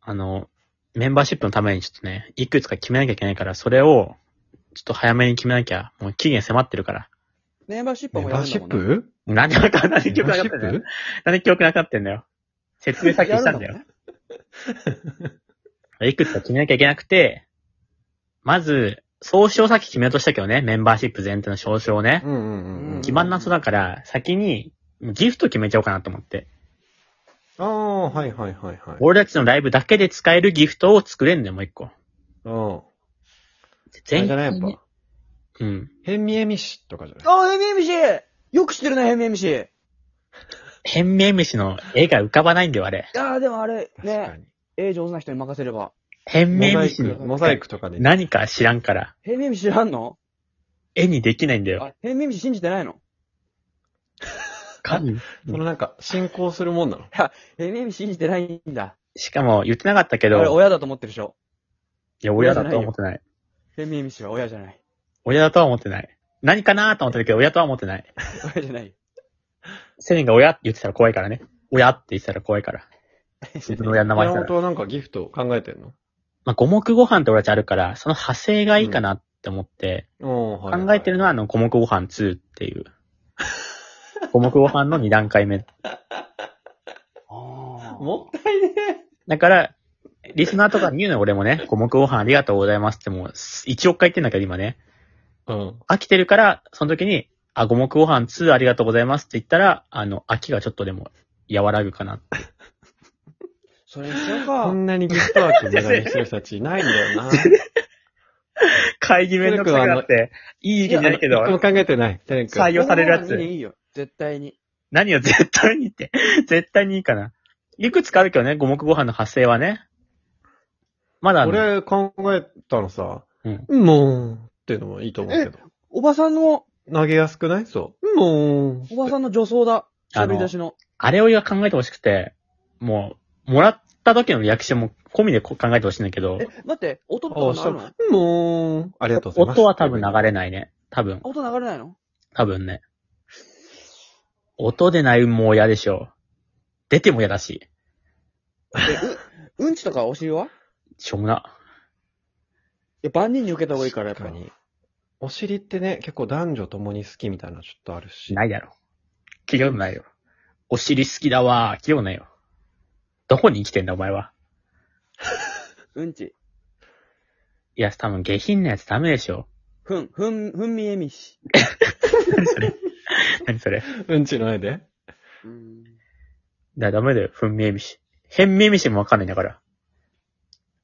あの、メンバーシップのためにちょっとね、いくつか決めなきゃいけないから、それを、ちょっと早めに決めなきゃ、もう期限迫ってるから。メンバーシップメンもやバーるんシだッもんね。プなんでわかん ない。なんメで記ン憶バなかっーたシッんだよプ。なんで記憶なかったんだよ。説明さっきやしるただんもだよ。ね。いくつか決めなきゃいけなくて、まず、総称さっき決めようとしたけどね、メンバーシップ全体の総称をね。うんうんうん。決まんなそうだから、先に、ギフト決めちゃおうかなと思って。ああ、はいはいはいはい。俺たちのライブだけで使えるギフトを作れんだよ、もう一個。うん。あ全れじゃないやっにぱ。うん。ヘンミエミシとかじゃないあー、ヘミヘミシよく知ってるね、ヘミヘミシ変面虫の絵が浮かばないんだよ、あれ。あー、でもあれ、確かね、に。絵上手な人に任せれば。変面モザイ虫ク、のモザイクとかで。何か知らんから、ヘミヘミシ知らんの絵にできないんだよ。あ、ヘミヘミシ信じてないの神そのなんか、進行するもんなの。ヘミヘミシ信じてないんだ。しかも、言ってなかったけあれ、ど、親だと思ってるでしょ。いや、親だとは思ってない。ヘミヘミシは親じゃない。親だとは思ってない。何かなーと思ってるけど、親とは思ってない。親じゃない。セリンが親って言ってたら怖いからね。親って言ってたら怖いから。自分の親の名前した山ら本。はなんかギフト考えてんのまあ、五目ご飯って俺たちあるから、その派生がいいかなって思って、おーはいはい考えてるのはあの、五目ご飯2っていう。五目ご飯の2段階目。あー。もったいねだから、リスナーとかに言うのよ俺もね、五目ご飯ありがとうございますってもう、1億回言ってんだけど今ね、え。うん。飽きてるから、その時に、あ、五目ご飯2ありがとうございますって言ったら、あの、飽きがちょっとでも和らぐかな。それ一緒こか。んなにギフトワーク無駄にする人たちい ないんだよな。会議面のくさくなって、いい意見じゃないけ一個もど、考えてない。テレン君。採用されるやこんなのつ。いいよ。絶対に。何を絶対にって、 絶対にいいかな。いくつかあるけどね、五目ご飯の発生はね。まだ、ね、俺考えたのさ、うんもーんっていうのもいいと思うけど。おばさんの、投げやすくないそう。もーん。おばさんの女装だ。あの喋り出しの。あれを俺が考えてほしくて、もう、もらった時のリアクションも込みでこ考えてほしいんだけどえ、、待って、音とかなるのあもーん。ありがとうございます。音は多分流れないね。多分、音流れないの多分ね。音でないもう嫌でしょ。出ても嫌だし。うんちとかお尻はしょうもな。いや、万人に受けた方がいいから、やっぱ。確かに。お尻ってね、結構男女共に好きみたいなのちょっとあるし。ないだろ。聞いたことないよ。お尻好きだわー。聞いたことないよ。どこに生きてんだお前は。うんち。いや、多分下品なやつダメでしょ。ふん、ふん、ふんみえみし。何それ。何それ。うんちの絵で。うん。だ、ダメだよ。ふんみえみし。へんみえみしもわかんないんだから。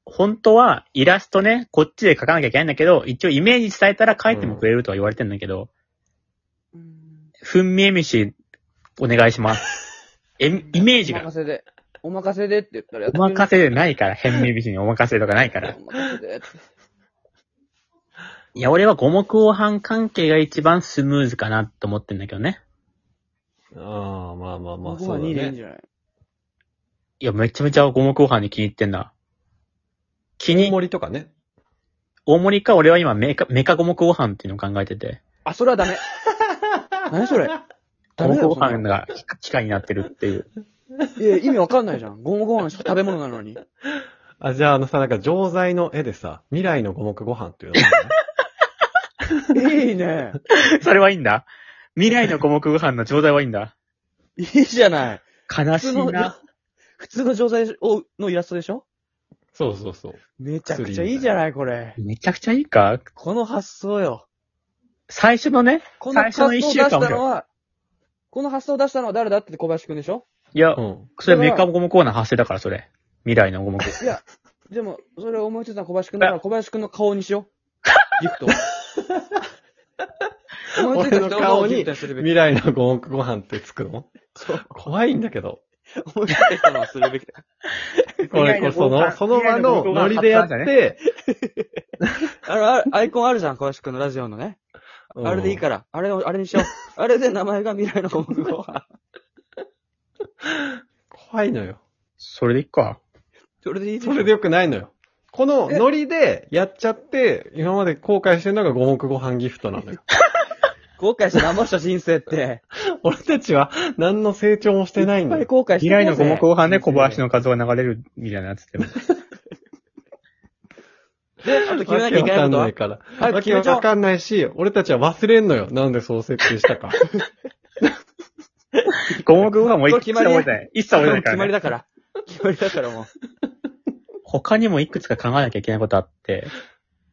本当は、イラストね、こっちで描かなきゃいけないんだけど、一応イメージ伝えたら描いてもくれるとは言われてんだけど、うんふんみえみし、お願いします。 え、イメージおが任。せで。お任せでって言ったらやっておくれる任せでないから、へんみえみしにお任せとかないから。お任せでって。いや、俺は五目王飯関係が一番スムーズかなと思ってんだけどね。ああ、まあまあままあ、あ、そそううだ、ね。でいいだんね。じゃないいや、めちゃめちゃ五目王飯に気に入ってんだ。気大に、盛りとかね。大盛りか俺は今メカ、メカ五目王飯っていうのを考えてて。あ、それ はダメ。何それ五ダメ目だよごそんな飯が機械になってるっていう。いや、意味わかんないじゃん。ごもご飯しか食べ物なのに。あ、じゃああのさ、なんか錠剤の絵でさ、未来の五目ご飯っていうのがあるのねいいね。それはいいんだ未来の五目ご飯の状態はいいんだ。いいじゃない。悲普し通いのな。、普通の錠剤をのイラストでしょ そうそうそう。めちゃくちゃいいじゃない、これ。めちゃくちゃいいかこの発想よ。最初のね、この最初発の想を出一し週間た面白いのは、この発想を出したのは誰だって小林くんでしょいやう、ん。それメカ五目ご飯の発生だから、それ。未来の五目。いや、でも、それを思いついたのは小林くんだから、小林くんの顔にしよう。ギフトを。思いついた人のギフトにするべき。未来の五目ご飯ってつくのそう。怖いんだけど。思いついた人のはするべきだ。これこその、その場のノリでやって、あの、あアイコンあるじゃん、小林くんのラジオのね。あれでいいら。から。あれを、あれにしよう。あれで名前が未来の小麦ご飯。怖いのよ。それでいっか。それでいいでしょ それで良くないのよ。このノリでやっちゃって、今まで後悔してるのが五目ご飯ギフトなのよ。後悔してなんぼした人生って。 俺たちは何の成長もしてないんやっだぱりよ。後悔して 未来の五目ご飯で小林の。の画像が流れるみたいなやつって。で、あと決めなきゃいけないわけわかんことなはいから。早くわ決けめちゃおわう。かんないし、俺たちは忘れんのよ。なんでそう設定したか。 五目ご飯も一これ切決まり覚えてない。 一切覚えてないか決まら、りね。だから。決まりだからもう。他にもいくつか考えなきゃいけないことあって、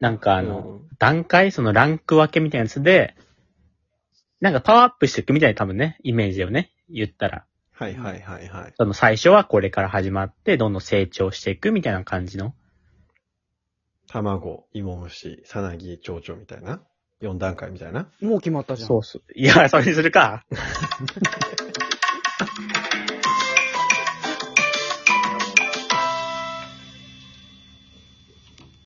なんかあの、うん段階、そのランク分けみたいなやつで、なんかパワーアップしていくみたいな多分ね、イメージだよね、言ったら。 はいはいはいはい。その最初はこれから始まって、どんどん成長していくみたいな感じの。卵、芋虫、さなぎ、蝶々みたいな。4段階みたいな。もう決まったじゃん。うそう。いや、それにするか。